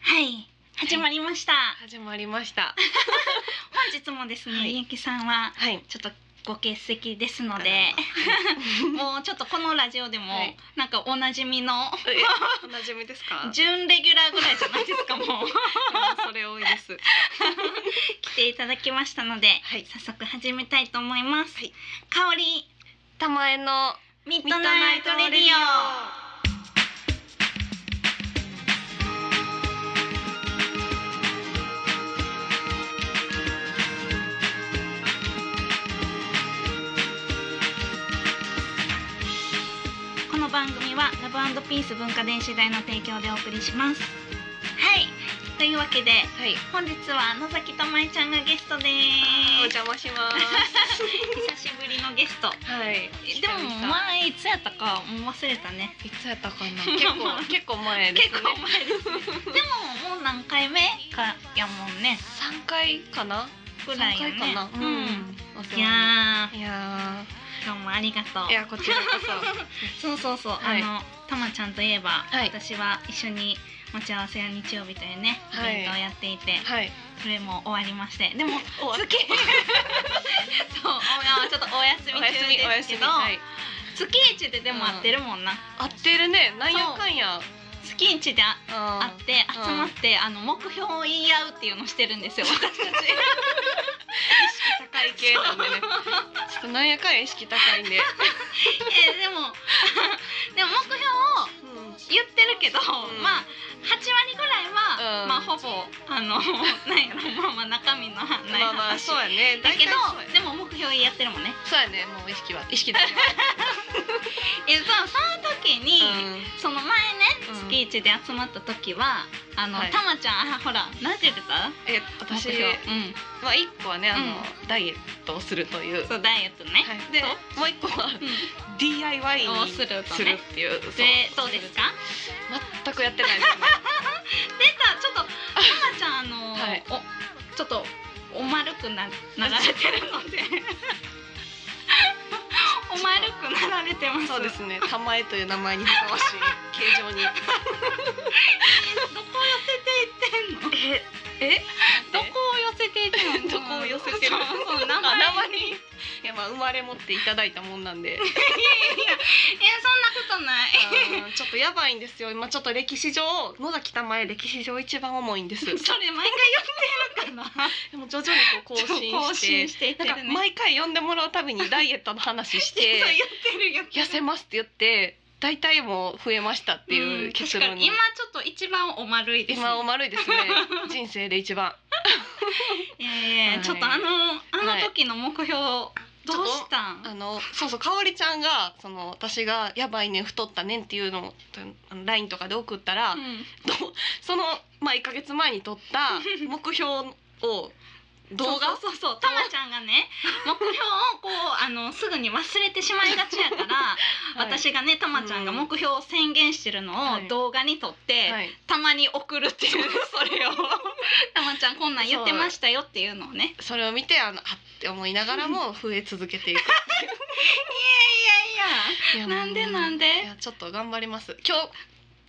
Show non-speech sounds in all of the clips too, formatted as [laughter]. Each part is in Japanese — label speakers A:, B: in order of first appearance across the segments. A: はい始まりました、
B: 始まりました。
A: 本日もですね、
B: はい
A: ゆうきさんは [laughs]
B: はい。
A: ちょっとご欠席ですの
B: の
A: でもうちょっとこのラジオでも、
B: はい
A: なんかおなじみの
B: おなじみですか。
A: 準レギュラーぐらいじゃないです [laughs] かもう
B: それ多いです。
A: 来ていただきましたので、
B: はい
A: 早速始めたいと思います、
B: はい
A: 香り
B: たまえの
A: ミッドナイトレディオこの番組はラブピース文化電子代の提供でお送りしますはいというわけで
B: はい。
A: 本日は野崎たまえちゃんがゲストで
B: お
A: す
B: 邪魔します。
A: 久しぶりのゲスト
B: はい。
A: でも前いつやったかもう忘れたね
B: いつやっ
A: [laughs]
B: たかな。結構結構前ですね。
A: 結構前ですねでももう何回目かやもんね
B: 三回かな。
A: ぐらいよ
B: 三
A: ね
B: 回かな。
A: うん、
B: お世話に。
A: いや
B: いや
A: ーどうもありがとう
B: ーいやこちらこ
A: そうそうそう、
B: はい
A: あのたまちゃんといえば、
B: はい
A: 私は一緒に待ち合わせや日曜日というね、
B: はい
A: イベントをやっていて
B: そ。はい。
A: それも終わりましてでも
B: [laughs] 終わっ
A: 月 [laughs] そうおあちょっとお休み
B: お休みお
A: 中です
B: 休
A: け
B: み。
A: ど、
B: はい。
A: 月一ででも会ってるもんな、
B: 合ってるね。なんやかんや。
A: 月一であ
B: あ
A: 会って
B: うん
A: 集まって、あの目標を言い合うっていうのをしてるん [laughs] ですよ私たち
B: 高い系なんでね。 [laughs] ちょっとなんやかんや意識高いんで。
A: えでも [laughs] でも目標を
B: うん。
A: 言ってるけど、
B: ん
A: まあ8割ぐらいは、
B: うん
A: まあほぼあ [laughs] のなんやろまあまあ中身の話ない話、
B: まあまあそうやね。
A: だけど
B: 大体そうやね
A: でも目標やってるもんね
B: そうやね。もう意識は意識だよ。
A: えそその時に、その前ね
B: うん
A: 月一で集まった時はあの、
B: はい
A: たまちゃんあほらなんて言ってた
B: え私
A: 目標うん
B: まあ一個はねあの、
A: う
B: ダイエットをするという。
A: そうダイエットね、
B: はい、で
A: そ
B: もう一個は
A: うん
B: DIY
A: を
B: を
A: す
B: す
A: る
B: る
A: とね
B: っていう。そう
A: でどうですか
B: 全くやってないですね。
A: でさちょっとたまちゃんあの、
B: はい
A: おちょっとお丸くななられてるので
B: [laughs]
A: お丸くなられてます
B: [laughs] そうですね。たまえという名前にふさわしい形状に。
A: ど
B: [laughs]
A: こを寄せていってんの
B: ええ
A: どこを寄せていってんの
B: どこを寄せて
A: [laughs] そ
B: る
A: うそう
B: あ
A: 名前
B: 名前
A: に
B: に。いやまあ生まれ持っていただいたもんなんで。
A: えそんなことない
B: うんちょっとやばいんですよ今ちょっと歴史上野崎たまえ歴史上一番重い
A: [laughs]
B: んです
A: それ毎回言ってるかな
B: でも徐々にこう更新
A: 更
B: して
A: 新していって
B: なん
A: る
B: か
A: ね
B: 毎回呼んでもらうたびにダイエットの話して
A: [laughs] そう言ってる言って
B: 痩
A: る
B: せますって言って大体もう増えましたってい
A: ん
B: う結
A: 確
B: 論
A: か
B: に、
A: に今ちょっと一番お丸いですね
B: 今お丸
A: [laughs]
B: いですね人生で一番
A: いやいや、
B: はい
A: ちょっとあのあの時の目標、
B: ちょっと
A: どうしたん
B: あのそうそうかおりちゃんがその私が「やばいね太ったねん」っていうのをあの LINE とかで送ったら、
A: うん
B: とその、まあ、1か月前に撮った目標を動画
A: そうそうそうそうたまちゃんがね目標をこうあのすぐに忘れてしまいがちやから、
B: [laughs] はい
A: 私がねたまちゃんが目標を宣言してるの
B: は
A: を
B: い
A: 動画に撮って、
B: はい
A: たまに送るっていうそれ
B: [laughs]
A: をたまちゃんこんなん言ってましたよっていうのをね
B: それを見てあのあって思いながらも増え続けていく
A: い
B: いやもう
A: [laughs] なんでなんで
B: いやちょっと頑張ります今日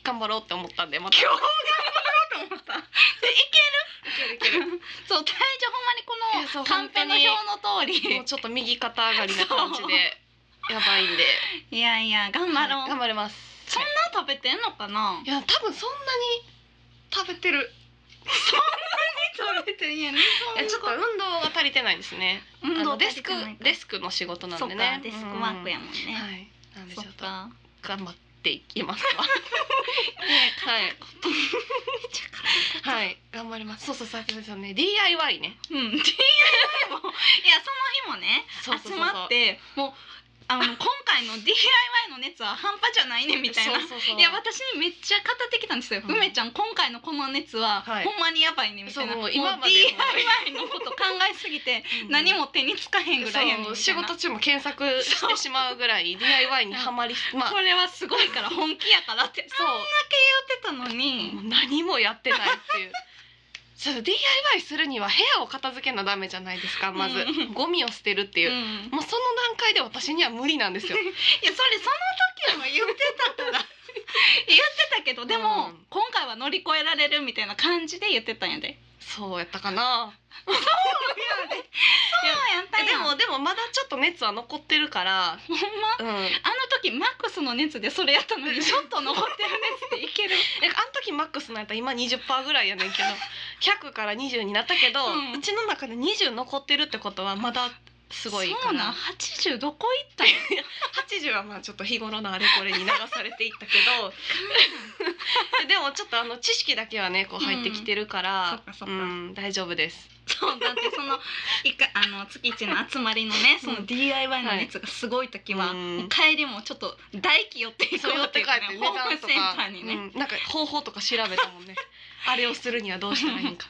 B: 頑張ろうって思ったんでまた
A: 今
B: 頑張ろうと思った
A: いやいやいやそう体
B: いや
A: 重
B: そ
A: ほんまにこの
B: う
A: カンペの表の通
B: [laughs] も
A: り
B: うちょっと右肩上がりな感じでやばいんで
A: いやいや頑張ろう、
B: 頑張れます
A: そんな食べてんのかない
B: や多分そんなに食べてる
A: 食べてんやね
B: いやちょっと運動が足りてないですね
A: 運
B: あ
A: 動
B: のデスクデ
A: ス
B: スクの仕事なん
A: そ
B: で
A: うか
B: ね
A: デスクワークやもんね、
B: うんはいなんでちょ
A: そ
B: っ
A: っ
B: と
A: か
B: 頑張っていけま
A: [laughs]
B: すかはいはい頑張りますそうそうそうそうそうね DIY ね
A: うん DIY もいやその日もね
B: そうそうそうそう
A: 集まってもうあの今回の DIY の熱は半端じゃないねみたいな
B: そうそうそう
A: いや私にめっちゃ語ってきたんですよ、
B: うん
A: 梅ちゃん今回のこの熱は、
B: はい
A: ほんまにやばいねみたいな
B: そう
A: も
B: もう
A: う
B: 今まで
A: DIY のこと考えすぎて
B: うん
A: 何も手につかへんぐらいやねんみ
B: そ
A: たいな
B: う仕事中も検索してしまうぐらい DIY にはまりまあ
A: これはすごいから本気やからって
B: そ
A: 言ってたの
B: うも
A: に
B: う何もやってないっていう。 [laughs] そう DIY するには部屋を片付けなダメじゃないですかまず、
A: うん
B: ゴミを捨てるっていう、
A: うん
B: もう [laughs] その段階で私には無理なんですよ
A: [laughs] いやそれその時も言ってたからてたけどでも、
B: うん
A: 今回は乗り越えられるみたいな感じで言ってたんやで
B: そうやったかな
A: そうやった
B: えで
A: でもほんま
B: もでもまだちょっと熱は残ってるから、うん、なん
A: あ
B: か
A: の時マックスの熱でそれやったのにちょっと残ってる熱でい [laughs] ける
B: あの時マックスのやったら今20%ぐらいやねん
A: [laughs]
B: けど100から20になったけど、
A: う
B: うんちの中で20残ってるってことはまだすごい
A: そ
B: か
A: うなん
B: な
A: 80どこ行ったんや
B: 80はまあちょっと日頃のあれこれに流されていったけど
A: [laughs]
B: でもちょっとあの知識だけはねこう入ってきてるか
A: うん
B: ら
A: そっか、そっ
B: う
A: か
B: ん大丈夫です。
A: そうだってその一回あの月一の集まりのねその DIY の熱がすごい時は、
B: うん
A: もう帰りもちょっと大気寄っていこ
B: そう
A: う
B: 寄
A: っ
B: ってて
A: い
B: 帰
A: う
B: っ
A: か
B: て
A: ね
B: 値
A: ホーム
B: 段
A: セ
B: と
A: ン
B: か
A: ターにね、
B: うん、なんか方法とか調べたも
A: [laughs]
B: んねあれをするにはどうしたらいいんか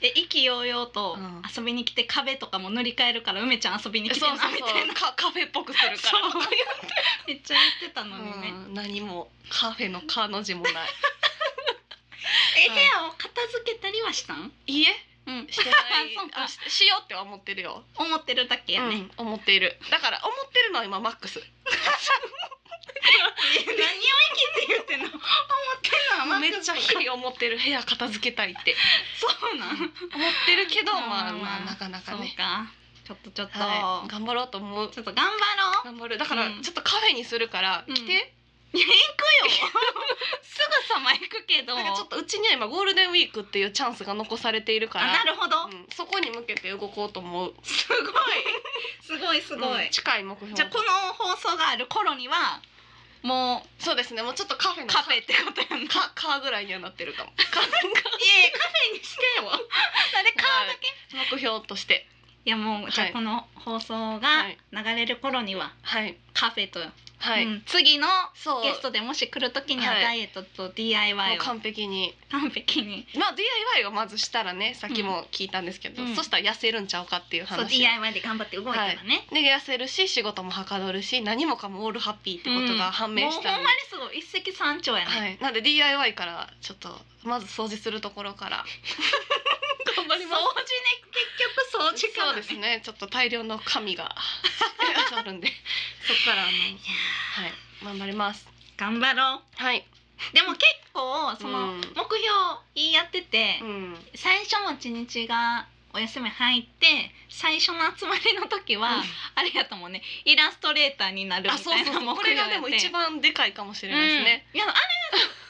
A: で意気揚々と
B: うん
A: 遊びに来て壁とかも塗り替えるから梅ちゃん遊びに来てなみたいな
B: かカフェっぽくする
A: そう
B: か
A: [laughs] めっちゃ言ってたの
B: ら
A: にね、
B: うん何もカフェの「カ」の
A: [laughs]
B: 字もない
A: え
B: うん
A: 部屋を片付けたりはしたん、
B: いいえ
A: うん、
B: してな
A: [laughs]
B: い
A: そうか
B: あししようっては思ってるよ、
A: 思ってるだけや [laughs] ね、
B: うん思っているだから思ってるのは今マックス
A: 何を生きて言ってんの思ってんのは
B: めっちゃ日々思ってる部屋片付けたい
A: [laughs]
B: って
A: そうなん
B: 思ってるけど
A: うん
B: まあ
A: ま
B: ま
A: あ
B: あなかなか
A: そう
B: ね、
A: かちょっとちょっと、
B: はい、頑張ろうと思う
A: ちょっと頑張ろう
B: 頑張るだから
A: うん
B: ちょっとカフェにするから
A: うん
B: 来て、
A: いや行くよ [laughs] すぐさま行くけど
B: なんかちょっとうちには今ゴールデンウィークっていうチャンスが残されているから
A: あなるほど、
B: うんそこに向けて動こうと思う
A: すごいすごいすごい、
B: うん近い目標
A: じゃあこの放送がある頃にはもう
B: そうですねもうちょっとカフェの
A: カフェってことやんな
B: かかぐらいにはなってるかも
A: いえカフェにしてよあれ顔だけ、
B: [laughs] 目標として
A: いやもう、
B: はい
A: じゃあこの放送が
B: はい
A: 流れる頃には
B: はい
A: カフェと、
B: はい、
A: うん次の
B: そう
A: ゲストでもし来る時には
B: はい
A: ダイエットと
B: も
A: DIY
B: う
A: を
B: 完璧に
A: 完璧に
B: まあ DIY をまずしたらねさっきも聞いたんですけど、
A: うん
B: そしたら痩せるんちゃうかっていう
A: そう
B: 話を
A: DIY で頑張って動いたらね、
B: で痩せるし仕事もはかどるし何もかもオールハッピーってことが判
A: も
B: 明
A: うほ
B: し
A: ん
B: た
A: ま
B: ん
A: に
B: で、
A: すごい一石三鳥やね、
B: はい、なんで DIY からちょっとまず掃除するところから
A: [laughs] 掃除ね結
B: 頑張ります
A: 局掃除から、
B: そうですねちょっと大量の紙が
A: [laughs]
B: あるんでそこからあのはい頑張ります
A: 頑張ろ
B: はい、
A: うでも結構その、
B: うん
A: 目標言い合ってて、
B: うん、
A: 最初の一日がお休み入って最初の集まりの時は、
B: うん
A: あれやったもんねイラストレーターになる
B: あ
A: み
B: そう
A: たい
B: そう
A: な
B: そ
A: 目
B: うこ
A: 標
B: れ
A: やっ
B: が
A: て
B: でも一番でかいかもしれ
A: う
B: ないですね、
A: ん、いやあ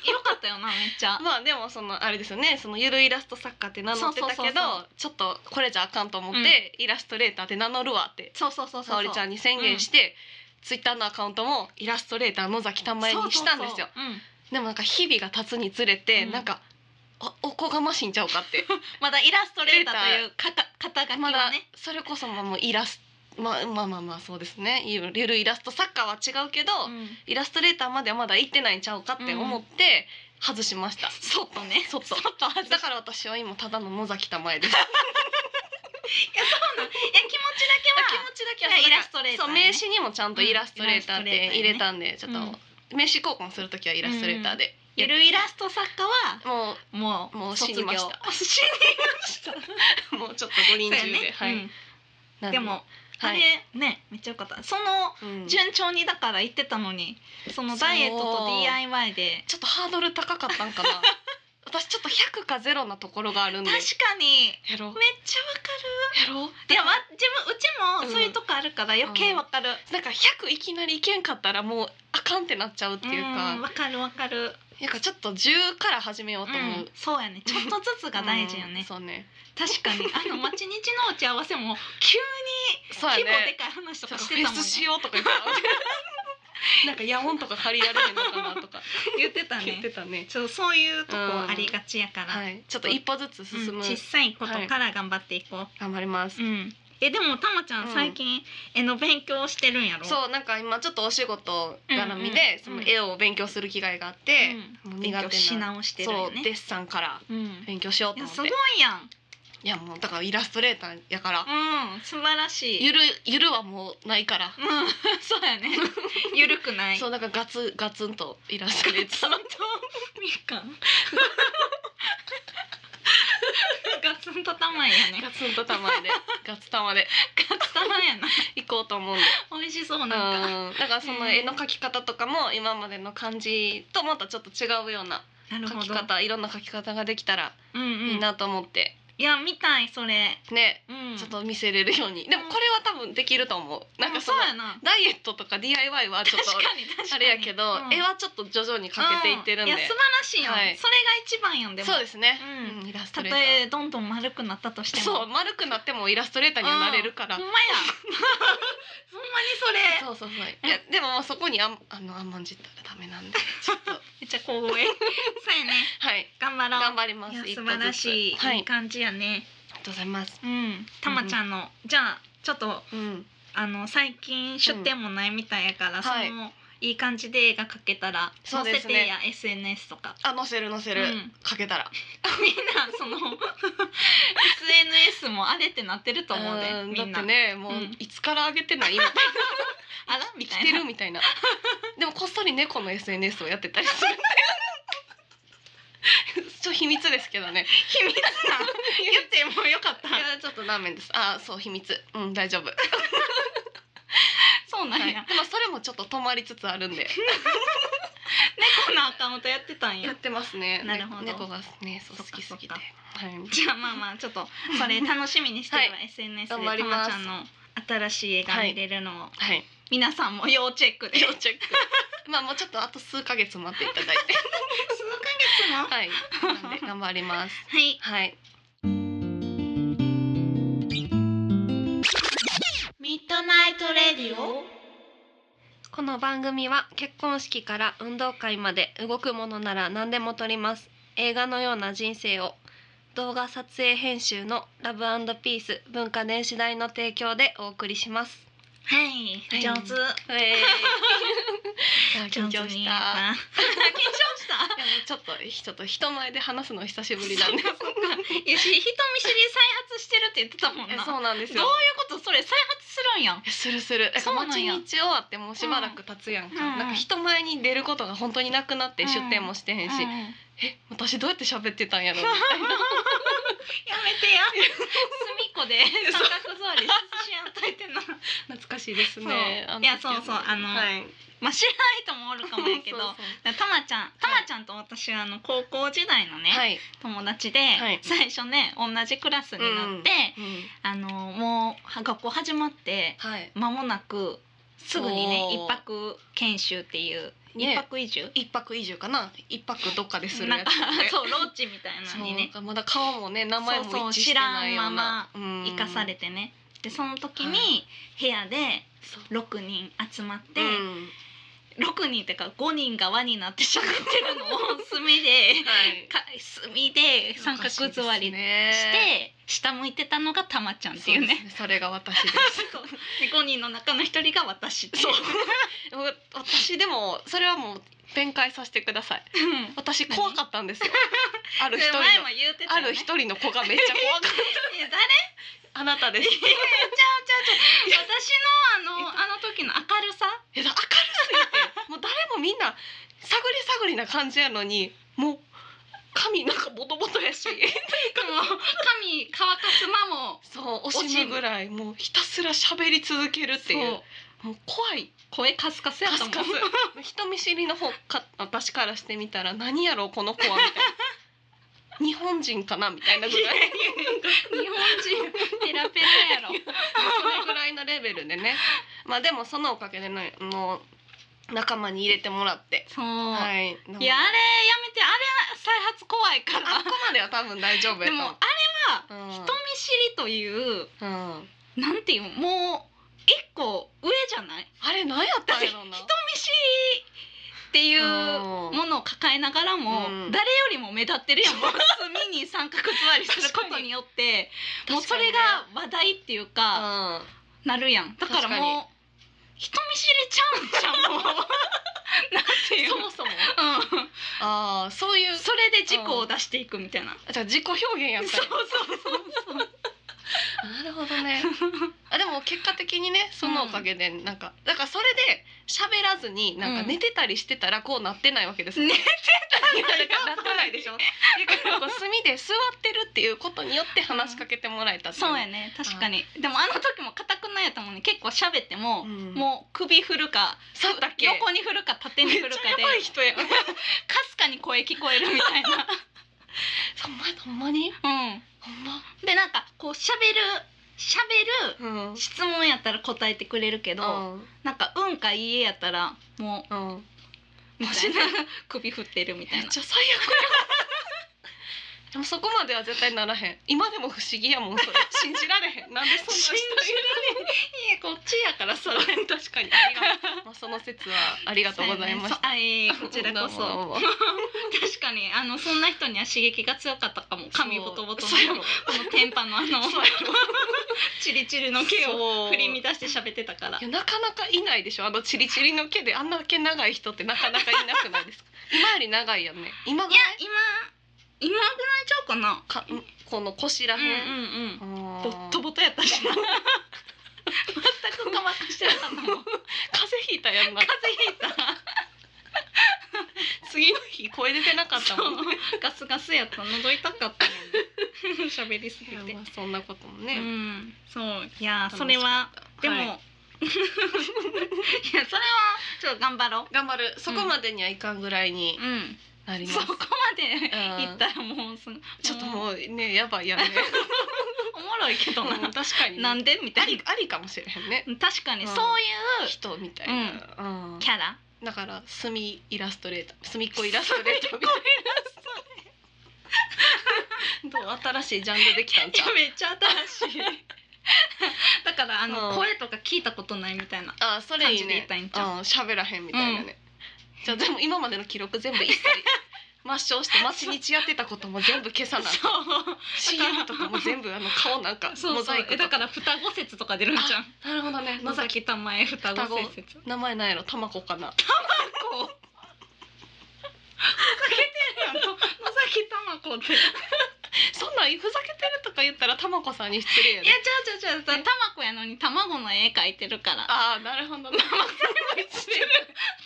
A: れよかったよなめっちゃ
B: まあでもそのあれですよねそのゆるイラスト作家って名乗ってたけど
A: そうそうそうそう
B: ちょっとこれじゃあかんと思って、イラストレーターって名乗るわって
A: そうそうそうそう
B: 沙織ちゃんに宣言して、ツイッターのアカウントもイラストレーター野崎たまえにしたんで
A: そう
B: すよ
A: そうそううん
B: でもなんか日々が経つにつれて、
A: うん
B: なんかあおこがましいんちゃうか
A: [laughs]
B: って
A: まだイラストレーターというかた肩書き
B: ま
A: は
B: だ
A: ね
B: それこそまあもうイラスト、まあ、まあまあまあそうですねゆるゆるイラスト作家は違うけど、
A: うん
B: イラストレーターまではまだ行ってないんちゃうかって思って外し
A: [laughs]
B: ました、
A: そっとね
B: そっとだから私は今ただの野崎たまえです気
A: いやそうなのいや気持ちだけは
B: 持ちだけ
A: いや
B: は
A: イラストレーターね
B: そう名刺にもちゃんとイラストレーターって入れたんで、ちょっと、名刺交換する時はイラストレーターで、
A: ゆるイラスト作家は
B: も
A: もう
B: もう死にました
A: [laughs] 卒業死にました
B: うもうちょっとご臨終
A: そう
B: で、
A: やね
B: はい、
A: うん
B: なん
A: でも、あ
B: はい
A: れねめっちゃよかったその
B: うん
A: 順調にだから言ってたのにそのダイエットと
B: そう
A: DIY で
B: ちょっとハードル高かったんかな私ちょっと100か0なところがあるんで
A: 確かに
B: やろう
A: めっちゃわかる
B: やろう
A: いやわ自分うちもそういうとこあるから余計わかる、
B: なんか100いきなりいけんかったらもうあかんってなっちゃうっていうか、
A: うんわかるわかる、
B: なんかちょっと10から始めようと思う、
A: うんそうやねちょっとずつが大事よ
B: うん
A: ね、
B: そうね
A: 確かに [laughs] あの待ち日の打ち合わせも急
B: そうや
A: に規
B: ね
A: 模でかい話と
B: ち
A: か
B: ょっと
A: し
B: フ
A: て
B: ェ
A: たもんね
B: スしようとか言ってたなんか夜音とか借りられへんのかな
A: [laughs]
B: とか
A: 言ってた
B: 言っ
A: ね
B: てたね
A: ちょそういうとこありがちやから、
B: はいちょっと一歩ずつ進
A: うん
B: む、
A: 小さいことから頑張っていこう、
B: 頑張ります、
A: うんえでもたまちゃん
B: うん
A: 最近絵の勉強してるんやろ
B: そうなんか今ちょっとお仕事絡みで、
A: う
B: そ
A: んうん
B: の絵を勉強する機会があって、
A: うん
B: もう苦手
A: 勉
B: な
A: 強し直してる
B: そ
A: よ
B: う
A: ね
B: デッサンから
A: うん
B: 勉強しよう
A: い
B: と
A: や
B: 思っ
A: す
B: て
A: ごいやん
B: いやもうだからイラストレーターやから、
A: うん素晴らしい
B: ゆるゆるはもうないから、
A: うんそうや
B: [laughs]
A: ねゆるくない
B: そうなんかガツガツンとイラストレーター
A: みかんガガツンとたまんやね
B: ガツンと玉で [laughs] ガツ玉で
A: ガツたまやな
B: 行こうと思うんで
A: 美味しそうなんか
B: うんだからその絵の描き方とかも今までの感じとまたちょっと違うような
A: なる
B: 描
A: ほ
B: き
A: ど
B: 方いろんな描き方ができたら
A: うんうん
B: いいなと思って、
A: いや見たいそれ
B: ね
A: うん
B: ちょっと見せれるように、でもこれは多分できると思うなん
A: でもそ
B: かそうの
A: やな
B: ダイエットとか DIY はちょっ
A: 確
B: と
A: かに確かに
B: あれやけど、
A: うん
B: 絵はちょっと徐々にかけていってるんで
A: ういや素晴らしいよ、
B: はい
A: それが一番よんでも
B: そうですね、
A: う
B: うんイラス
A: たと
B: トレーター
A: えどんどん丸くなったとしても
B: そう丸くなってもイラストレーターにはなれるから、
A: うんほんまや [laughs] ほんまにそれ
B: そうそうそういやでももうそこにあんあの甘んじったらダメなんでちょっと
A: めっちゃ光栄 [laughs] そうやね [laughs]
B: はい
A: 頑張ろう
B: 頑張ります
A: いや
B: 一
A: 素
B: 歩
A: 晴ら
B: ずつ
A: しい、、
B: はいい
A: い感じやね
B: ありがとうございます
A: うんたまちゃんの、じゃあちょっと
B: うん
A: あの最近出店もないみたいやから、
B: ん
A: その、
B: はい
A: いい感じで絵が描けたら
B: そう
A: 載
B: で
A: せ
B: す
A: て
B: ね
A: や、SNS とか
B: あ載せる載せる、
A: うん [laughs]
B: かけたら
A: みんなそ
B: [laughs]
A: の SNS もあれってなってると思うで
B: ん
A: みんな、
B: だってねもう、
A: うん
B: いつからあげてない [laughs] みたいな
A: あらみた
B: 来
A: い
B: て
A: な
B: るみたいな [laughs] でもこっそり猫の SNS をやってたりするんだよ [laughs] ちょっと秘密ですけどね
A: 秘密な [laughs] 言ってもよかった
B: [laughs] いやちょっとラーメンですあそう秘密うん大丈夫
A: そうなん
B: はい、
A: [laughs] や、
B: でもそれもちょっと止まりつつあるんで
A: 猫のアカウントやってたん
B: や
A: や
B: ってますね
A: なるほど
B: 猫がねそう
A: そ
B: 好
A: っか
B: きすぎ
A: そ
B: て
A: っ
B: は
A: か
B: い
A: [laughs] じゃあまあまあちょっとそれ楽しみにしてれば、SNS で
B: 頑張り
A: たま
B: ます
A: ちゃんの新しい絵が見れるのを、
B: [laughs] はい
A: 皆さんも要チェックで数ヶ
B: 要チェック [laughs] まあもうちょっとあと数ヶ月待っていただいて
A: 月も
B: はいなんで頑張ります
A: はい
B: はい
A: ミッドナイトレディオ
B: この番組は結婚式から運動会まで動くものなら何でも撮ります映画のような人生を動画撮影編集のラブピース文化電子代の提供でお送りします
A: はい、
B: [laughs] はい
A: 上手
B: ええ緊
A: 上
B: 張
A: 手
B: し
A: に
B: た
A: やった緊張した
B: いやもうちょっとちょっと人前で話すの久しぶり [laughs] なんで
A: そっかそっかいやし人見知り再発してるって言ってたもん
B: え
A: な
B: そうなんです
A: どういう
B: よ
A: ことそれ再発するんやん
B: えするするえ
A: そうなんや
B: 街に一応あってもうしばらく経つやんか、
A: うん
B: なんか人前に出ることが本当になくなって
A: うん
B: 出店もしてへんし、
A: うんや
B: え私どうやって喋ってたんやろみたいな
A: めて
B: [laughs]
A: や隅っこで三角座りしやんといてな
B: 懐かしいですね
A: そう
B: あの
A: いやそうそうあの
B: はい、
A: まあ知らない人もおるかもやけど
B: そう
A: たまちゃんたまちゃんと私はあの高校時代のね、
B: そうはい、
A: 友達で、
B: はい
A: 最初ね同じクラスになって、
B: うん
A: あのもうは学校始まって
B: はい、
A: 間もなくすぐにね
B: おー
A: 一泊研修っていう一、
B: ね
A: 泊移住
B: 一泊以上かな一泊どっかでする
A: な
B: や
A: ん
B: つ
A: か
B: ね、
A: そうロッチみたいなのに
B: そうなん
A: ね
B: かまだ顔もね名前も
A: そうそう
B: 一致してないようなうん
A: 生かされてねでその時
B: は
A: に部屋で
B: そう
A: 6人集まって、
B: うん
A: 六6人ってか5人が輪になって喋ってる
B: [laughs]
A: のを墨で
B: はい
A: か墨で三角座りして、下向いてたのがたまちゃんっていう
B: そうで
A: ね
B: す。それが私です [laughs]
A: [laughs] で5人の中の一人が私っていう
B: そう私でもそれはもう弁解させてください
A: うん
B: 私怖かったん [laughs] ですよある一
A: 前
B: 人の、
A: も言うてた
B: あ
A: よね
B: る一人の子がめっちゃ怖かっ
A: いや誰
B: [laughs] たあなたです
A: 私の [laughs] あのあの時の明るさ
B: えだ明るすぎてもう誰もみんな探り探りな感じやのにもう髪なんかボトボトやし
A: もう髪乾かす間も
B: [laughs] そうおしむぐらいもうひたすら喋り続けるっていう
A: そう
B: もう怖い
A: 声カスカスやっ
B: カ
A: た
B: ス
A: もん
B: カス人見知りの方か私からしてみたら何やろうこの子はみたい [laughs] な日本人かなみたいなぐらい
A: [laughs] 日本人ペラペラやろ
B: それぐらいのレベルでねまあでもそのおかげでねもう仲間に入れてもらって
A: そう、い、
B: はい
A: やあれや
B: あ
A: めてあれ再発怖いか
B: あっこ
A: ら
B: までは多分大丈夫や
A: で
B: と
A: もあ
B: 思う
A: れは
B: うん
A: 人見知りという
B: うん
A: なんていうもう一個上じゃない
B: あれ何やったんやろう
A: [laughs]
B: な
A: 人見知りっていうものを抱えながらも、
B: うん
A: 誰よりも目立ってる
B: [laughs]
A: やんもう隅に三角座りすることによって
B: 確かに
A: もうそれが話題っていうか、
B: が、うん
A: なるやんだから
B: 確かに
A: もう人見知りちゃうんじゃんもうなんていう
B: そ
A: の
B: もそも
A: うん
B: ああそういう
A: それで事故を出していくみたいな、
B: じゃあ自己表現やっ
A: そ [laughs]
B: た
A: う
B: ら
A: そうそうそう
B: なるほどねあでも結果的にねそのおかげでなんか、だからそれで喋らずになんか
A: うん
B: 寝てたりしてたらこうなってないわけですよ、
A: 寝てた
B: [laughs] なってないでしょ。だからこう隅で座ってるっていうことによって話しかけてもらえたってい
A: そうやね確かにでもあの時も固くないやったもんね結構喋っても、
B: うん
A: もう首振るか
B: そうだっけ
A: 横に振るか縦に
B: めっ
A: 振
B: ち
A: るか
B: ゃや
A: で
B: ばい人や。 [laughs]
A: かすかに声聞こえるみたいな
B: ほんまほんまに
A: うん
B: ほんま。
A: でなんかこう喋る喋る
B: うん。
A: 質問やったら答えてくれるけど、なんか「うん」か「いいえ」やったらも
B: うん。うん。
A: うも
B: マジで
A: [laughs] 首振ってるみた
B: め
A: い
B: っ
A: な
B: ちゃ最悪や。でもそこまでは絶対ならへん。今でも不思議やもんそれ。信じられへん。なんでそんな人いる
A: いえこっちやからさ
B: 確かにありがとう。まあその説はありがとうございました。
A: た、そうやねそうあいえいえこちらこ
B: どうも
A: そう
B: ども
A: 確かにあのそんな人には刺激が強かったかも髪ボトボトの
B: そうやろ
A: このテンパのあの
B: そうやろ
A: チリチリの毛を
B: そう
A: 振り乱して喋ってたから
B: いやなかなかいないでしょあのチリチリの毛であんな毛長い人ってなかなかいなくないですか今より長いよね今
A: い
B: ぐ
A: や
B: らい
A: 今今ぐらいちゃうかな
B: かんこの腰ら
A: うん
B: へん、
A: うんうん
B: あー
A: ボットボトやったしな全くかまくしてたのも
B: [laughs] 風邪ひいたやんな
A: 風邪ひいた
B: 次の日声出てなかったもんね
A: そうガスガスやった喉痛かったもん
B: [laughs]
A: ね喋りすぎ
B: い
A: て
B: やまあそんなことも
A: う
B: ね、
A: んそういや
B: 楽しかった
A: それはでも、
B: はい
A: [laughs] い、やそれはちょっと頑張ろう
B: 頑張るそこまでにはいかんぐらいに
A: うん
B: なり
A: そ
B: ま
A: こ
B: す、
A: まで
B: うん
A: 行ったらもうその
B: ちょっと
A: う
B: も [laughs] うねやばいやんね、
A: おもろいけどな、
B: [laughs] うん確かに
A: なんでみた
B: あ
A: い
B: りありかもしれへんね
A: な確かに
B: うん
A: そうい
B: 人みたいな、うん
A: うキャラ
B: だから墨イラストレーター墨っ子イラストレーターみたいな [laughs] どう新しいジャンルできたんちゃう
A: めっちゃ新しい [laughs] だからあの、
B: うん
A: 声とか聞いたことないみたいな
B: あそれいい
A: 感じで言
B: ね
A: いた
B: う
A: いん
B: ん
A: ちゃう
B: 喋らへんみたいなね、じゃあでも今までの記録全部一切抹消して町日やってたことも全部消さない
A: そう
B: CM とかも全部あの顔なんか
A: そう
B: モ
A: そ
B: ザ
A: う
B: イク
A: えだ
B: とか
A: から双子説とか出るんじゃん
B: なるほどね
A: 野崎玉恵双
B: 双
A: 子
B: 子
A: 説こ
B: 名前なんやろたまこかな
A: うふざけてるやん野崎玉子って
B: そんなんふざけてるとか言ったらたまこさんに失礼や
A: いや
B: ね
A: 違う違う違う玉子やのに卵の絵描いてるから
B: ああなるほどね
A: してる。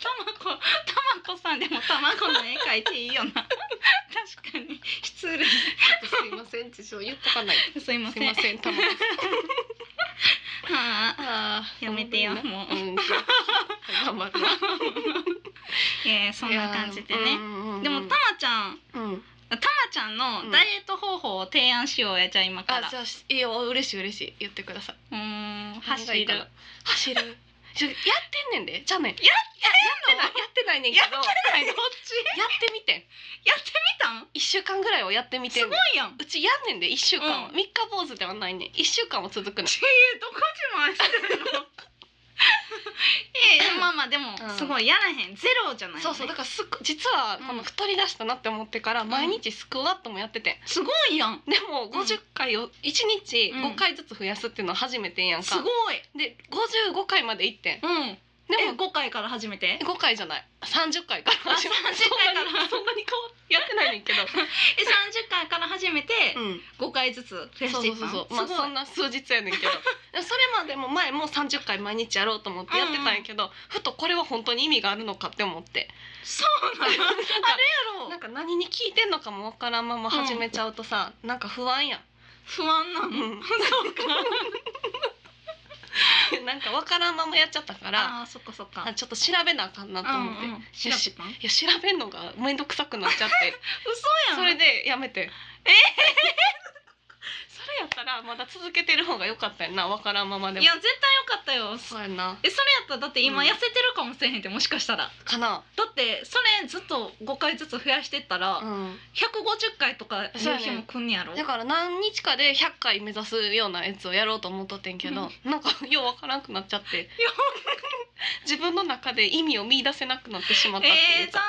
A: たまこ、たまこさんでも卵の絵描いていいよな。確かに失礼。
B: すいませんちょっと言っとかないと
A: すいませ
B: す
A: ん。
B: いませんたまこ
A: [laughs]
B: さん
A: はあ、
B: あー
A: やめてよ
B: ごめんね
A: もう
B: うん、頑張るわ
A: え [laughs] ーそんな感じで
B: いや
A: ね。
B: ーうんうんうん
A: でもたまちゃん、
B: うん、
A: たまちゃんのダイエット方法を提案しようやじゃあ今か
B: あ
A: ら
B: じ。ゃあいいよ嬉しい嬉しい言ってくださいう
A: ーん、
B: 何がい
A: 走
B: いか
A: る
B: な。
A: [laughs]
B: 走るちょやってんねんでじゃあねやってないやってないねんけ
A: やっ
B: ど
A: て
B: やっ
A: ないどっち？
B: てみてん
A: やってみたん？
B: 一週間ぐらいはやってみて
A: す
B: んね
A: ご
B: ん
A: いやん。
B: うちやんねんで一週間は、
A: うん
B: 三日坊主ではないねん一週間は続くねん
A: ちえどこ自慢してるの？ええまあまあでも
B: うん
A: すごいやらへんゼロじゃないのね。
B: そうそうだからすく実はこの太り出したなって思ってから毎日スクワットもやっててん
A: すごいやん。
B: でも50回を1日
A: うん
B: 5回ずつ増やすっていうのは初めてやん
A: す
B: か、
A: ごい。
B: で55回まで行ってん
A: うん。
B: で
A: え
B: も
A: 五回から始めて。
B: 5回じゃない30回から
A: あ30回から
B: [laughs] そんなにそんなに変わやってないねんけど、
A: え三十回から始めて五回ずつ増や
B: そ
A: し
B: う
A: て
B: そ
A: いうったの。
B: そうそうまあ
A: す
B: そ
A: ご
B: ん
A: い。
B: な数日やねんけ
A: [laughs]
B: どでもそれまでも前も30回毎日やろうと思ってやってたんやけど、ふとこれは本当に意味があるのかって思って
A: そうなの。あれやろ
B: なんか何に聞いてんのかもわからんまま始めちゃうとさ、なんか不安やん
A: 不安なの。
B: そうか。なんかわからんままやっちゃったから、
A: ああーそっかそっか
B: あ。ちょっと調べなあかんなと思って。
A: うんうん調べたん。
B: いや調べんのがめんどくさくなっちゃって、
A: 嘘やん。
B: それでやめて。ええ [laughs] それやったらまだ続けてる方が良かったよな、わからんままでも。
A: いや絶対よかったよ。
B: そうやな。
A: えそれやったらだって今
B: うん
A: 痩せてるかもしれへんってもしかしたら。
B: かな。
A: だってそれずっと五回ずつ増やしてった
B: う
A: ら
B: ん。
A: 百五十回とかいう日も来んねやろ。
B: だから何日かで100回目指すようなやつをやろうと思っとってんけど、なんかようわからんくなっちゃって。自分の中で意味を見出せなくなってしまったってい
A: え
B: う
A: ー
B: か。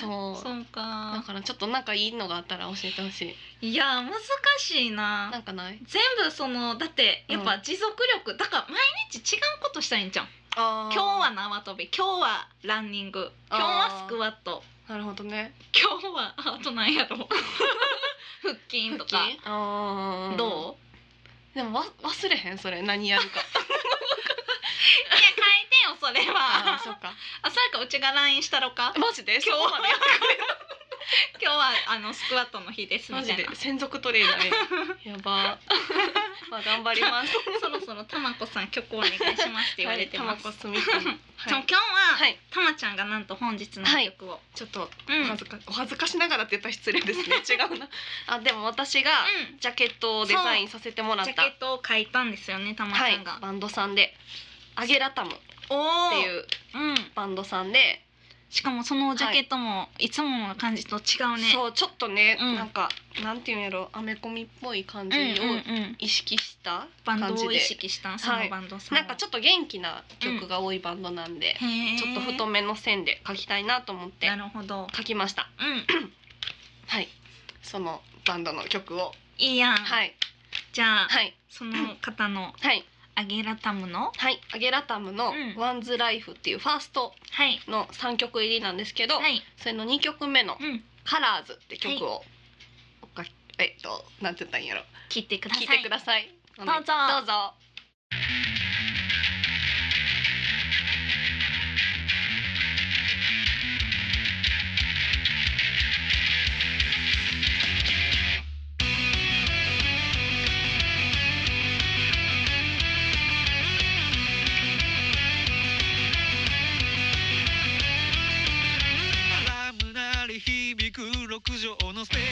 A: 残念。
B: そう
A: そう
B: だ
A: か。
B: からちょっとなんかいいのがあったら教えてほしい。
A: いや難しいな。
B: なんかない？
A: 全部そのだってやっぱ持続力、だから毎日違うことしたらいいんじゃん
B: あ
A: 今日は縄跳び今日はランニング今日はスクワット
B: なるほどね。
A: 今日はあとなんやろ腹筋とか
B: ああ。
A: どう
B: う？でもわ忘れへんそれ何やる [laughs] か。
A: いや書いてよそれは
B: ああ
A: あ
B: そ
A: そ
B: っか。
A: れかうちが LINE したろか
B: マジで？
A: 今日
B: そこまでやってくれる
A: 今日はあのスクワットの日ですみ
B: マ
A: た
B: ジ
A: い
B: で
A: な
B: 専属トレーナーややば [laughs] まあ頑張ります
A: そろそろたまこさん曲お願いしますって言われてます、
B: はいタマコスミさん
A: でも
B: はい
A: 今日は、
B: はい
A: たまちゃんがなんと本日の曲を、
B: ちょっと
A: うん
B: お恥ずか、お恥ずかしながらって言ったら失礼ですね違うな [laughs] あでも私が
A: う
B: ジャケットをデザインさせてもら
A: ん
B: っ
A: ジャ
B: た
A: ケットを書いたんですよねたまち
B: は
A: ゃ
B: い
A: んが、
B: バンドさんでアゲラタムっ
A: お
B: て
A: ー
B: いう
A: うん
B: バンドさんで、
A: しかもそのジャケットもいつもの感じと違うね、
B: そうちょっとね、
A: うん
B: なんかなんていうんやろアメコミっぽい感じを
A: うんうんうん
B: 意識した
A: バ
B: 感
A: ン
B: じ
A: ド
B: で、
A: を意識したんそ
B: は
A: の
B: い
A: バンドさん
B: なんかちょっと元気な曲が多いバンドなんで、ちょっと太
A: っ
B: めの線で書きたいなと思って
A: なるほど
B: 書きました
A: うん
B: はいそのバンドの曲を
A: いいやん、
B: はい
A: じゃあ、
B: はい
A: その方の
B: はい
A: アゲラタムの
B: はいアゲラタムの
A: うん
B: 「ワンズライフっていうファースト
A: はい
B: の3曲入りなんですけど、
A: はい
B: それの2曲目の
A: うん
B: 「カラーズって曲を、おかえっとなんて言ったらいいんやろ
A: 聞いてくださ
B: 聞
A: い
B: いてくださいどう
A: ぞ
B: どうぞ
C: アラーム鳴り響く六畳のスペース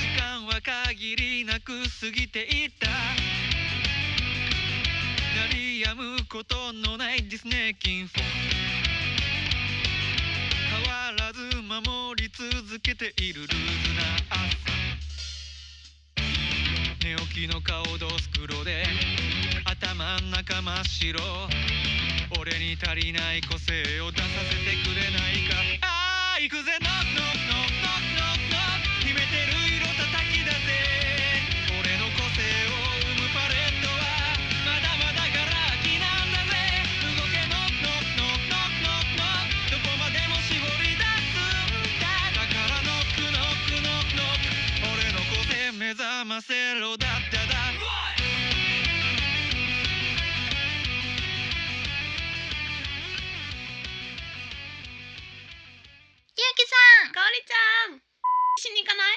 C: 時間は限りなく過ぎていった鳴り止むことのないディスネーキンフォン変わらず守り続けているルーズな朝寝起きの顔どす黒で頭ん中真っ白俺に足りない個性を出させてくれないかああ行くぜノックノックノックノックノック秘めてる色叩き出せ俺の個性を生むパレットはまだまだガラ空きなんだぜ動けノックノックノックノックノックノックどこまでも絞り出すんだだからノックノックノックノック俺の個性目覚ませろだっただ
A: ゆうきさんかおりちゃんしに行かない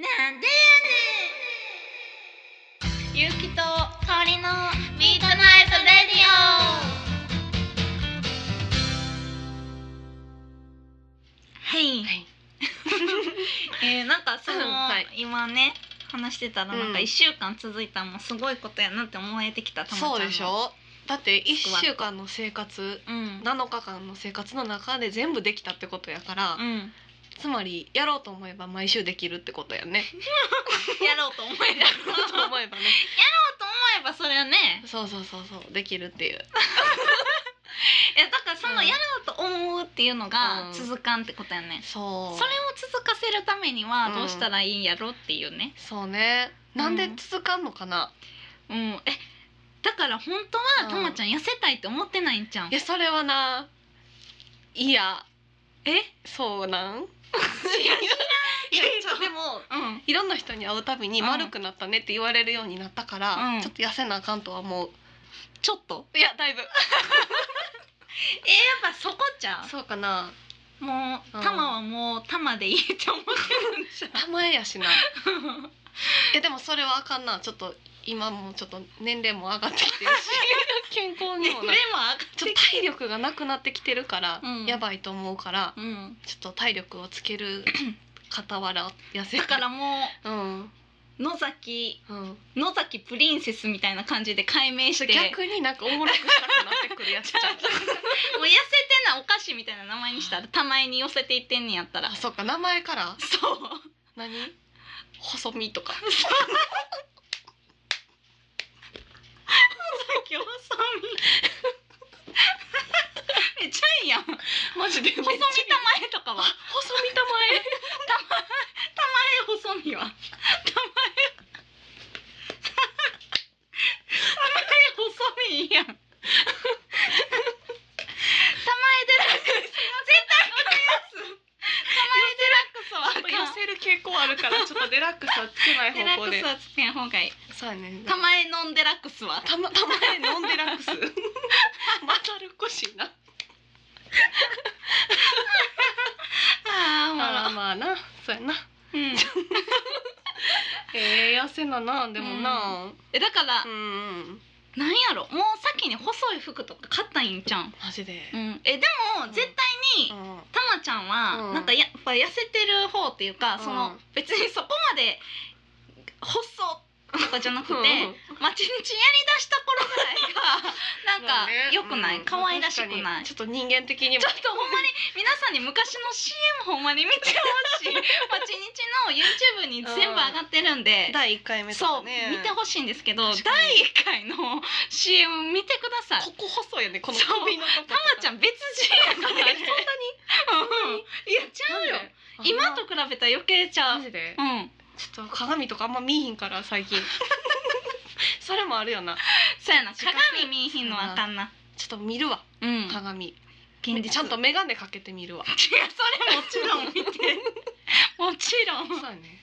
A: なんでやねんゆうきとかおりのミートナイトレディオはい、
B: はい
A: えー、なんかその、
B: うんはい
A: 今ね話してたらなんか
B: うん
A: 一週間続いたのもすごいことやなって思えてきたたまちゃんの
B: そうでしょだって1
A: スクワット
B: 週間の生活
A: うん
B: 7日間の生活の中で全部できたってことやから、
A: うん
B: つまりやろうと思えば毎週できるってことやね
A: やろうと思えば
B: や
A: [laughs] やろ
B: ろう
A: うと
B: と
A: 思
B: 思えばね
A: えばそれはね
B: [laughs] そうそうそうそうできるってい
A: い
B: う
A: やだからその
B: うん
A: やろうと思うっていうの
B: う
A: が
B: ん
A: 続かんってことやね、
B: そう
A: それを続かせるためには
B: うん
A: どうしたらいいんやろっていうね、
B: そうねなんで続かんのかな、
A: うん、えだから本当
B: う
A: は
B: ん
A: たまちゃん痩せたいって思ってないんじゃん
B: いやそれはないや
A: え
B: そうなんい
A: い
B: や
A: や
B: ちょでも
A: うん
B: いろんな人に会うたびに
A: うん
B: 丸くなったねって言われるようになったから、
A: うん
B: ちょっと痩せなあかんとは思う
A: ちょっと
B: いやだいぶ
A: えやっぱそこじゃ
B: そうかな
A: うもう
B: うん
A: たまはもうたまでいいって思ってるんじゃ
B: たまえやしな
A: ん
B: いやでもそれはあかんなちょっと今もちょっと年齢も上がってきてるし健康
A: で
B: に
A: も
B: も
A: 上
B: な
A: がっ
B: [laughs] ちょ
A: て
B: っと体力がなくなってきてるから、
A: うん
B: やばいと思うから
A: うん
B: ちょっと体力をつけ [clears throat] る傍ら痩せ
A: だかららも
B: うん
A: う野崎
B: うん
A: 野崎プリンセスみたいな感じで解明して
B: 逆になんかおもろくしたくなってくるやつちゃう
A: もう痩せてないお菓子みたいな名前にしたらたまえに寄せていってんねやったら
B: [laughs] あそっか名前から
A: そう
B: 何細身とか
A: 競争みめっちゃいいやん細身
B: [laughs] マジで
A: たまえとかは
B: あ細身たま
A: 細身はたまえたまえ細身いいやんたまえデラックス絶対
B: え
A: デラックスたまえデラックスはあかん
B: る傾向あるからちょっとデラックスはつけな
A: デラックスはつけん方がいい
B: そうやね
A: たまえノンデラックスは
B: たまたまえノンデラック [laughs] スまたるっこしいな
A: あ
B: そうやな
A: うん、
B: ええ痩せななでもな
A: えだから
B: うん、うん
A: なんやろもう先に細い服とか買ったらいいんちゃうん、
B: マジで
A: うん、えでも絶対に
B: うん
A: たまちゃんは、
B: うん
A: なんかややっぱ痩せてる方っていうか、
B: うん
A: その別にそこまで細とかじゃなくて、
B: うん
A: まあちんちんやりだした頃ぐ
B: [laughs]
A: らいがなんか良くない、
B: うん
A: 可愛らしく
B: 確か
A: ない
B: に
A: ち
B: ち
A: ょ
B: ょっと人間的にも
A: っとほんまに皆さんに昔の CM ほんまに見てほしいまちんちの YouTube に全部上がってるんで、
B: 第一回目と
A: そ
B: か
A: う
B: ね
A: 見てほしいんですけど第
B: 確か
A: 1回の CM 見てください
B: ここ細いよねこの
A: そう
B: 首のとこと
A: たまちゃ
B: ん
A: ん別
B: [laughs]
A: 人や
B: そ
A: か
B: ん
A: ら [laughs]
B: なに
A: いやちゃうよ
B: なんで
A: 今と比べたら余計ちゃ
B: マ
A: う。
B: ジで
A: うん、
B: ちょっと鏡とかあんま見えへんから
A: [laughs]
B: 最近それもあるよな
A: そうやな
B: 近く
A: 鏡見えひんのはあかんな。
B: ちょっと見るわ
A: うん、
B: 鏡
A: 現実
B: ちゃ [laughs] んと眼鏡かけてみるわ
A: 違うそれもちろん見て。 [laughs] もちろん。
B: そうやね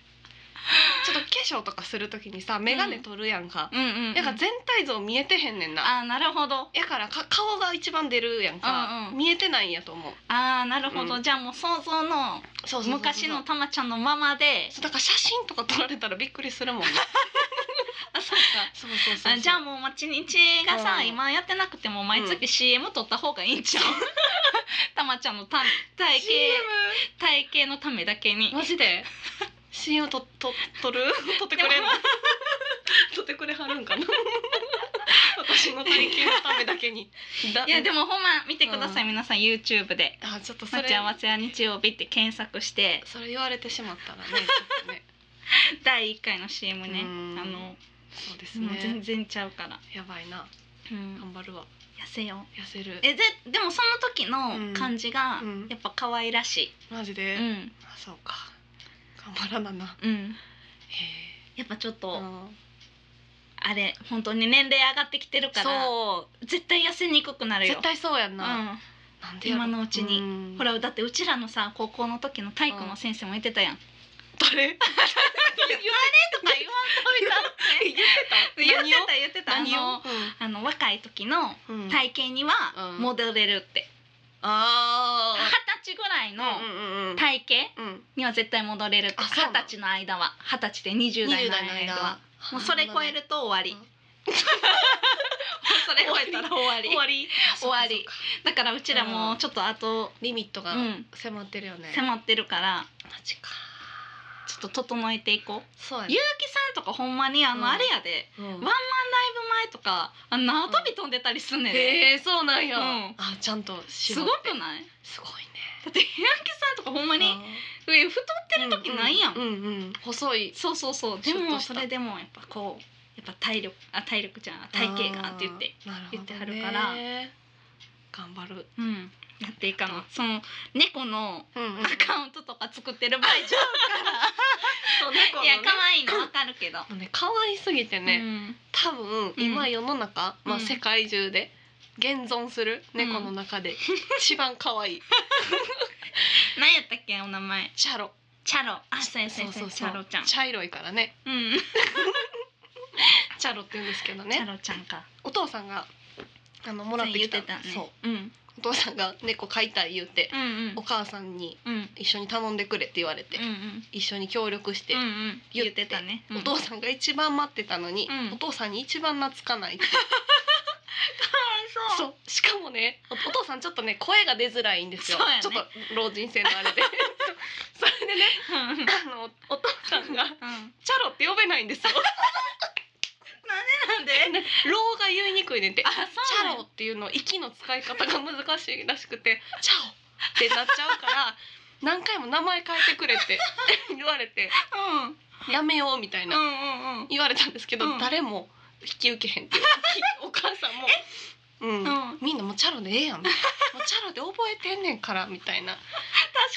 B: ちょっと化粧とかするときにさ眼鏡取るやんか、
A: うんうん、うん。
B: やから全体像見えてへんねんな
A: あーなるほど。
B: やからか顔が一番出るやんか、
A: うんうん
B: 見えてないんやと思う
A: あーなるほど、
B: う
A: じゃあもう想像の
B: そうそうそうそう
A: 昔のたまちゃんのままで。
B: そうだから写真とか撮られたらびっくり
A: [laughs]
B: するもんね
A: あそう
B: そうそう
A: か。あじゃあもう町日がさ、
B: うん
A: 今やってなくても毎
B: う
A: 月 CM 撮った方がいいんちゃう。 [laughs] たまちゃんのた体
B: CM
A: 型体型のためだけに。
B: マジで CM とと
A: [laughs]
B: 撮る撮ってくれる撮ってくれはるん
A: [laughs]
B: かな私の体型のためだけにだ
A: いやでもほんま見てください、皆さん YouTube で。
B: あちょっとそ
A: 待
B: れ
A: ち合わせは日曜日って検索して
B: それ言われてしま
A: [laughs]
B: ったらねちょっとね
A: 第1回の CM ね
B: うん
A: あの
B: そうです
A: もう全
B: ね
A: 然ちゃうから、
B: やばいな
A: うん、
B: 頑張るわ
A: 痩せよ
B: 痩せる
A: うえででもその時の感じが
B: うん
A: やっぱ可愛らし
B: マジ
A: い
B: で、
A: うんうん、
B: あそうか頑張らななへ
A: やっぱちょっ
B: え
A: と、
B: うん
A: あれ本当に年齢上がってきてるから
B: そ
A: 絶対痩せにくくな
B: う
A: るよ
B: 絶対そうやん
A: う
B: な、
A: ん、
B: なんでやろ
A: 今のうちに
B: ん
A: ほらだってうちらのさ高校の時の体育の先生も言ってたやん、
B: 誰
A: 言われとか言わんと
B: 言
A: い
B: って
A: た
B: た
A: って言ってた言って
B: 何
A: た
B: を
A: あのあの若い時の
B: うんうん
A: 体型には
B: うん
A: 戻れるって
B: あ
A: 二十歳ぐらいの
B: ーうんうんうん
A: 体型
B: うん
A: には絶対戻れるって
B: あ
A: 二
B: そうなの
A: 十歳の間は二十歳で二十代の間はもうそれ超えると終わり、
B: う
A: も
B: ん
A: う [laughs] それ超えたら終わり
B: 終わり
A: 終わりだからうちらもちょっとあと、
B: リミット
A: う
B: が
A: ん、
B: 迫ってるよね
A: 迫ってるから
B: マジか
A: ちょっと整えていこう、
B: そうや
A: ゆうきさんとかほんまにあ
B: うん
A: のあれやで、
B: うん
A: ワンマンライブ前とかあの縄跳び飛んでたりすんねんで、
B: へえそうなんや
A: うん
B: あちゃんと
A: すご
B: 絞って
A: くない
B: すごい
A: だってゆうきさんとかほんま
B: ね
A: にえ太ってる時ないやん、
B: うんうんうん細い
A: そうそうそう
B: シ
A: で
B: ュッと
A: も
B: した
A: それでもやっぱこうやっぱ体力あ体力じゃん体型がって言って
B: あーなるほどね
A: 言ってはるから
B: 頑張る
A: うんやっていいかなその猫の
B: うんうんうん
A: アカウントとか作ってる場合じ
B: [laughs] そう [laughs] 猫
A: ゃ
B: の
A: ん
B: ね
A: いや可愛いのわかるけど
B: もうね可愛すぎてね、
A: うん
B: 多分今世の中、
A: うん
B: まあ、
A: うん
B: 世界中で現存する猫の中で一番可愛い
A: 何やったっけお名前
B: チャ
A: [laughs]
B: ロ
A: チャロあそうやそうやそうやチャロちゃん
B: 茶色いからね
A: うん
B: チャロって言うんですけど
A: チャ
B: ね
A: ロちゃんか
B: お父さんがあのもらってきた
A: そう言ってたね
B: そう
A: うん
B: お父さんが猫飼いたい言うて
A: う、んうん
B: お母さんに
A: うんうん
B: 一緒に頼んでくれって言われて、
A: うん
B: 一緒に協力して、
A: うんうん
B: 言
A: 言
B: って
A: ってたね
B: お父
A: さん
B: さんが一番待ってたのに、
A: うん
B: お父さんに一番懐かないって
A: そ
B: そううしかもねおお父さんちょっとね声が出づらいんですよ、
A: そうやね
B: ちょっと老人性のあれ
A: [laughs]
B: でそれでね
A: うんうん
B: あのお父さんが
A: なん
B: チャロって呼べないん [laughs] ですよ
A: でなんで
B: 老が言いにくいねんて
A: [laughs]
B: チ
A: あそうな
B: ャ
A: んや
B: ロっていうの息の使い方が難しいらしくてチャオってなっちゃう [laughs] から何回も名前変えてくれって [laughs] 言われて
A: うん
B: やめようみたいな
A: うんうんうん
B: 言われたんですけど、
A: うん
B: 誰も引き受けへん [laughs] っていうお母さんも。うん
A: うん
B: みんなもうチャロでええやんもうチャロで覚えてんねんからみたいな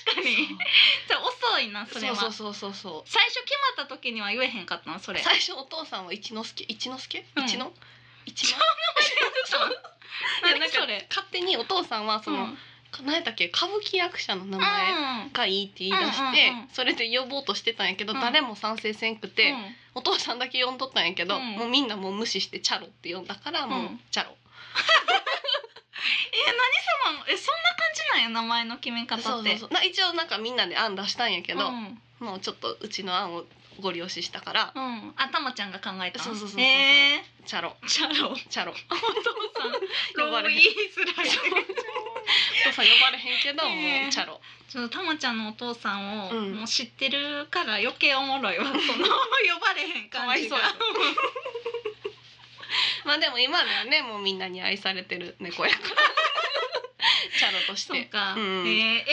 A: 確かにじゃ遅いなそれ
B: そう
A: は
B: そうそうそうそう
A: 最初決まった時には言えへんかったのそれ
B: 最初お父さんは一之輔一之輔、
A: うん
B: 一の一のいや
A: [laughs] 何
B: なんか
A: それ
B: 勝手にお父さんはその、
A: うん
B: 何やったっけ歌舞伎役者の名前
A: あ
B: がいいって言い出して、
A: うんうんうん
B: それで呼ぼうとしてたんやけど、
A: うん
B: 誰も賛成せんくて、
A: ー
B: お父さんだけ呼んどったんやけど、
A: うん
B: もうみんなもう無視して「チャロ」って呼んだからもう
A: うん
B: 「チャロ
A: え何様えそんな感じなんや名前の決め」方って
B: そうそうそうな一応なんかみんなで案出したんやけ
A: う
B: ど、
A: ん
B: もうちょっとうちの案をご利用ししたから
A: うんあたまちゃんが考えた
B: そうそうそうそう
A: え
B: チャロ
A: ー、チャロ
B: チ
A: [laughs]
B: ャロ
A: さん
B: 呼ばれへん
A: 言いづらい
B: そうお父さん呼ばれへんけど、
A: ねえ
B: もうチャロ
A: ちょっとたまちゃんのお父さんを、
B: うん
A: もう知ってるから余計おもろい
B: [laughs]
A: わその呼ばれへん感じが
B: かわいそうや [laughs] まあでも今ではねもうみんなに愛されてる猫やからチャロとし
A: そう
B: て
A: か、
B: うん
A: えーえ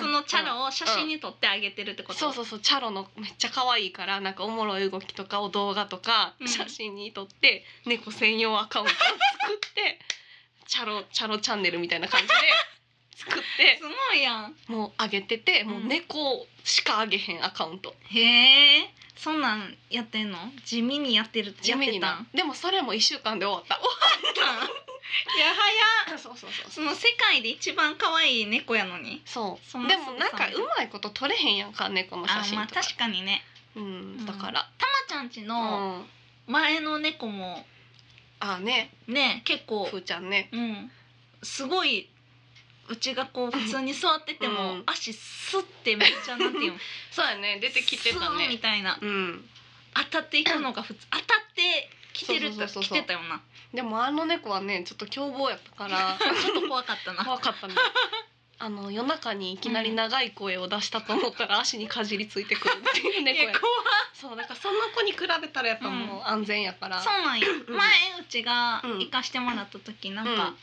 A: そのチャロを写真に撮ってあげてるってこと、
B: そうそううそうチャロのめっちゃ可愛いからなんかおもろい動きとかを動画とか
A: うん
B: 写真に撮って、猫専用アカウントを作って [laughs] チャロチャロチャンネルみたいな感じで作って
A: すごいやん
B: もう上げててもううん猫しか上げへんアカウント
A: へえそんなんやってんの地味にやってる
B: 地味に
A: やっ
B: なでもそれも1週間で終わった
A: てたん [laughs] やはや
B: [laughs] そうそうそう
A: その世界で一番可愛い猫やのに
B: そう
A: そんな
B: でもなんか
A: そう
B: うまいこと撮れへんやんか猫の写
A: あ
B: 真
A: まあ
B: とか,、
A: 確かにね
B: うんだから、
A: たまちゃんち
B: うん
A: の前の猫も
B: あーね
A: ね結構
B: ふーちゃんね
A: うん、すごいうちがこう普通に座ってても、
B: うん
A: 足すってめっちゃなんていうの
B: そうや [laughs] ね出てきてた
A: スーンみ
B: ね
A: たいな
B: うん
A: 当たっていくのが普通当たってきてる
B: そうそうそう
A: き
B: そう
A: てたよな
B: でもあの猫はねちょっと凶暴やったから [laughs]
A: ちょっと怖かったな
B: 怖か [laughs] ったねあの夜中にいきなり長い声を出したと思ったら足にかじりついてくるっていう
A: いや
B: 猫や
A: 怖
B: そうだからそんな子に比べたらやっぱもう安全やから、
A: そうなんよ
B: うん
A: 前うちが
B: うん
A: 行かしてもらった時なんか、
B: うん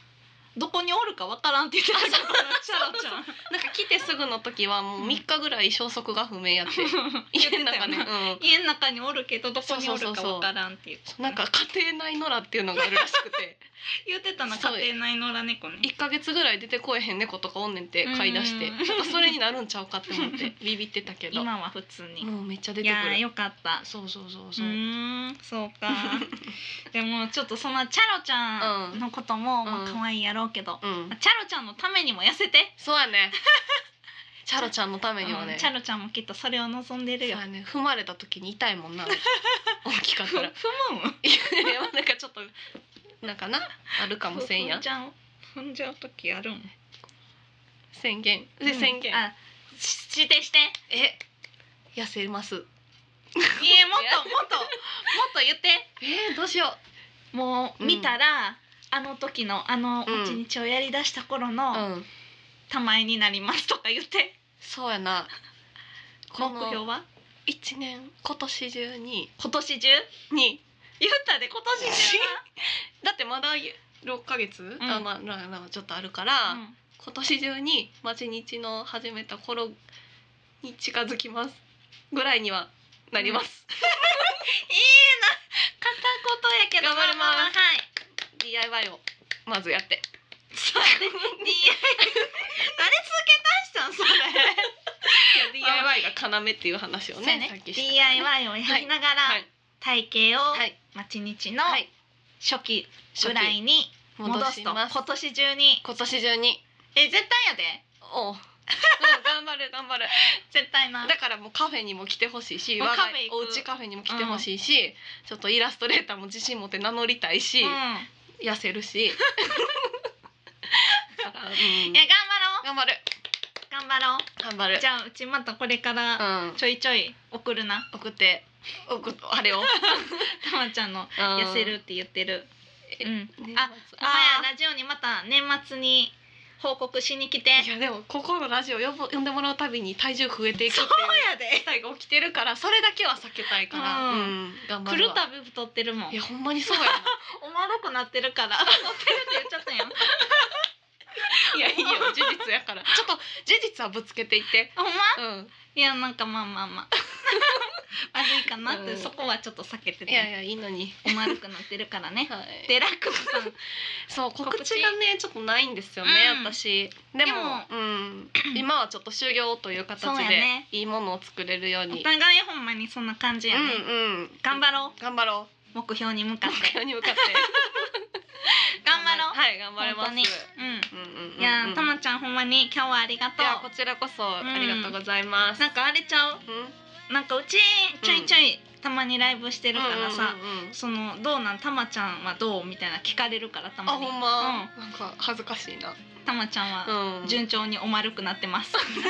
A: どこにおるかわからんって言ってたからシャラちゃん
B: なんか来てすぐの時はもう3日ぐらい消息が不明 [laughs] やって
A: 言って
B: 家の
A: たよ
B: 中ね、
A: な
B: うん
A: 家の中におるけどどこにおるかわからんって言ってた
B: なんか家庭内野良っていうのがあるらしくて
A: 言ってたな
B: そう
A: 家庭内野良猫ね
B: 1ヶ月ぐらい出てこえへん猫とかおんねんって飼い出して
A: うん
B: なんかそれになるんちゃうかって思ってビビってたけど
A: 今は普通に、
B: もうめっちゃ出
A: い
B: てく
A: やー
B: る
A: よかった
B: そうそうそう
A: う
B: そう、
A: ーんそうか
B: [laughs]
A: でもちょっとそのチャロちゃんのことも、
B: うん
A: まあ可愛いやろうけど、
B: うん
A: チャロちゃんのためにも痩せて、
B: そうやね。 [laughs] チャロちゃんのためには
A: う
B: ね
A: ん。チャロちゃんもきっとそれを望んで
B: そう
A: るよ
B: やね。踏まれた時に痛いもん
A: [laughs]
B: な。大きかっ
A: ふ
B: た
A: む
B: ら。い [laughs] やなんかちょっとなんかなあるかもせんや
A: 踏ん。じゃう踏んじゃう時あるん
B: 宣言。で宣言
A: うん。あしして
B: [laughs]
A: して
B: え痩せます。もっ
A: いえもっともっともっと言って
B: えーどうしよ
A: もう
B: うん
A: 見たら、あの時のあの
B: う
A: お
B: ん
A: ちにちをやりだした頃
B: う。
A: の、
B: うん。
A: たまえになりますとか言って
B: そうやな。
A: 目
B: こ
A: 標
B: の
A: は
B: 一年今年中に
A: 今年中
B: に
A: 言ったで今年中
B: だってまだ六ヶ月、
A: ん
B: あまあまあまあちょっとあるから、
A: な、うん
B: 今年中に町日の始めた頃に近づきますぐらいにはなります、
A: 片言やけど
B: 頑張ります
A: あああはい
B: DIY をまずやって
A: そうやね DIY 誰続け出したんそれ
B: DIY が要っていう話を
A: そう
B: ね
A: やね
B: さっきしたからね
A: DIY をやりながら、
B: はい
A: 体型を
B: はい
A: 町日の
B: はい
A: 初期ぐらいに戻
B: 戻
A: す
B: し
A: と、
B: ます
A: 今年中に
B: 今年中に
A: え絶対やで [laughs]
B: おう、うん、頑張る頑張る
A: 絶対な
B: だからもうカフェにも来てほしいし
A: もう
B: 我が
A: カフェ行
B: お
A: く
B: うちカフェにも来てほしいし、ちょっとイラストレーターも自信持って名乗りたいし、
A: う
B: 痩せるし [laughs] だから、う
A: ん、
B: ん
A: いや頑
B: 頑張る
A: 張ろう頑張ろ
B: 頑張る
A: うじゃあうちまたこれから
B: うん
A: ちょいちょい送るな
B: 送って送っあれを
A: たまちゃんの
B: 痩
A: 痩せるって言ってる
B: え
A: うん
B: あ
A: あま
B: あ
A: やラジオにまた年末に報告しに来て
B: いやでもここのラジオ呼ぼ呼んでもらうたびに体重増えていくっていう
A: やで
B: 事態が起きてるからそれだけは避けたいから、
A: うん
B: ん頑張
A: 来
B: る
A: る
B: わ
A: たび太ってるもん
B: いやほんまにそうやな
A: おもろくなってるから太ってるって言っちゃった
B: [laughs]
A: やん
B: [laughs] いやいいよ事実やからちょっと事実はぶつけていって
A: ほんま
B: うん
A: いやなんかまあまあま
B: [laughs]
A: あ悪いかなって、
B: うん
A: そこはちょっと避けてて
B: いやいやいいのに
A: おまるくなってるからね
B: はい
A: デラックスさん
B: そう告
A: 告知
B: 知がねちょっとないんですよね、
A: うん
B: 私でも
A: でも
B: [clears throat] うん、今はちょっと修行という
A: そ
B: 形
A: うや
B: で
A: ね
B: いいものを作れるよう
A: お
B: に
A: 互いほんまにそんな感じやね、
B: うんうん
A: 頑張ろ
B: 頑張ろ
A: う目標に向かっ
B: う目
A: て
B: 標に向かって
A: 頑
B: [laughs]
A: 張ろう
B: はい [laughs] 頑張れま
A: 本
B: す
A: 当にうん
B: うんうんうんうん
A: いやーたまちゃんほんまに今日はありがと
B: いやこ
A: う
B: ちらこそありがとうございます。
A: なんかあれちゃう
B: うん
A: なんかうちちょいちょいたまにライブしてるからさ、
B: うんうんうん
A: そのどうなんたまちゃんはどうみたいな聞かれるからた
B: あ
A: まに
B: ほんま、なんか恥ずかしいな。
A: うん、たまちゃんは
B: うん。 [laughs]
A: 順調にお丸くなってます皆さ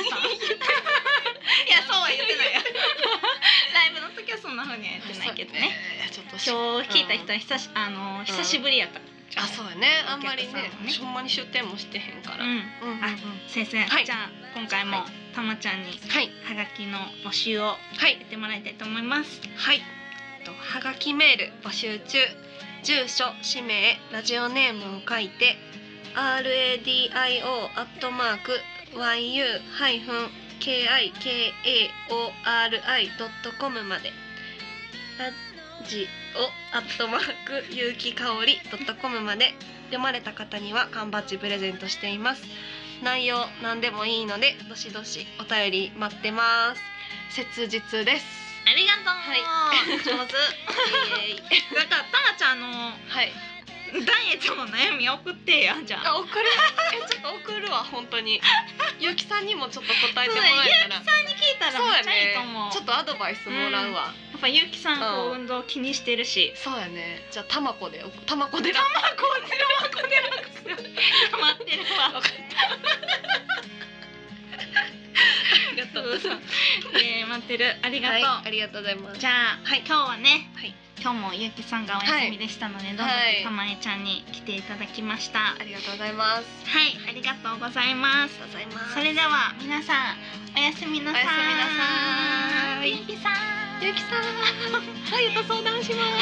A: んいやそうは言ってないよ [laughs] ライブの時はそんな風には言ってないけどね
D: ちょっとし
A: 今日聞いた人は久しあのー久しぶりやった
B: あそうやねあんまりね
A: お客さんもね
B: ほんまに出店もしてへんから、
A: う
B: うん
A: ん
B: うんうん
A: あ先生、
B: はい
A: じゃあ今回もたまちゃんに
B: はい
A: ハガキの募集を
B: は
A: や
B: い
A: ってもらいたいと思います
B: はい。えっとはがきメール募集中。住所、氏名、ラジオネームを書いて、r a d i o アットマーク y u ハイフン k i k a o r i ドットコムまで。ラジオアットマーク有機香りドットコムまで読まれた方には缶バッジプレゼントしています。内容何でもいいのでどしどしお便り待ってます。切実です。
A: ありがとう、はい、上手だからたまちゃんあの
B: はい。
A: ーダイエットの悩み送ってやじゃあ
B: あ、送る。え、ちょっと送るわ、本当に。ゆきさんにもちょっと答えてもらえたら。
A: さんに聞いたら
B: そう
A: め
B: や
A: っちゃいいと
B: ね
A: 思う。
B: ちょっとアドバイスもらうわ。
A: やっぱゆうきさんこう
B: うん
A: 運動気にしてるし
B: そうやね。じゃあ、たまこで、たまこで。
A: あこうねまこでまこで溜まってるわ
B: ありがとう。
A: [laughs] えー、待ってるありがとう、
B: はい、ありがとうございます。
A: じゃあ、今日はね、
B: はい
A: 今日もゆうきさんがお休みでしたので、どうぞ
B: はい
A: たまえちゃんに来ていただきましたはい
B: ありがとうございます。
A: ありがとうございます
B: ありがとうございます。
A: それでは皆さんおやすみなさい
B: おやすみなさい
A: ゆうきさん
B: ゆきさん。はい、と相談します。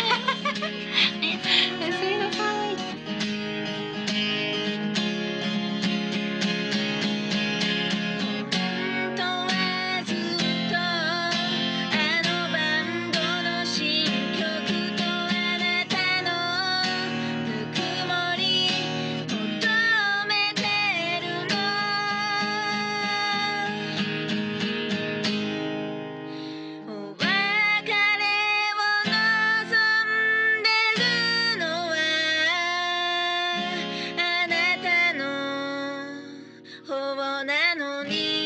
A: [laughs] おやすみ
B: おやすみなさい。
D: 本当はずっとあのバンドの新曲とあなたのぬくもり求めてるのお別れを望んでるのはあなたの方なのに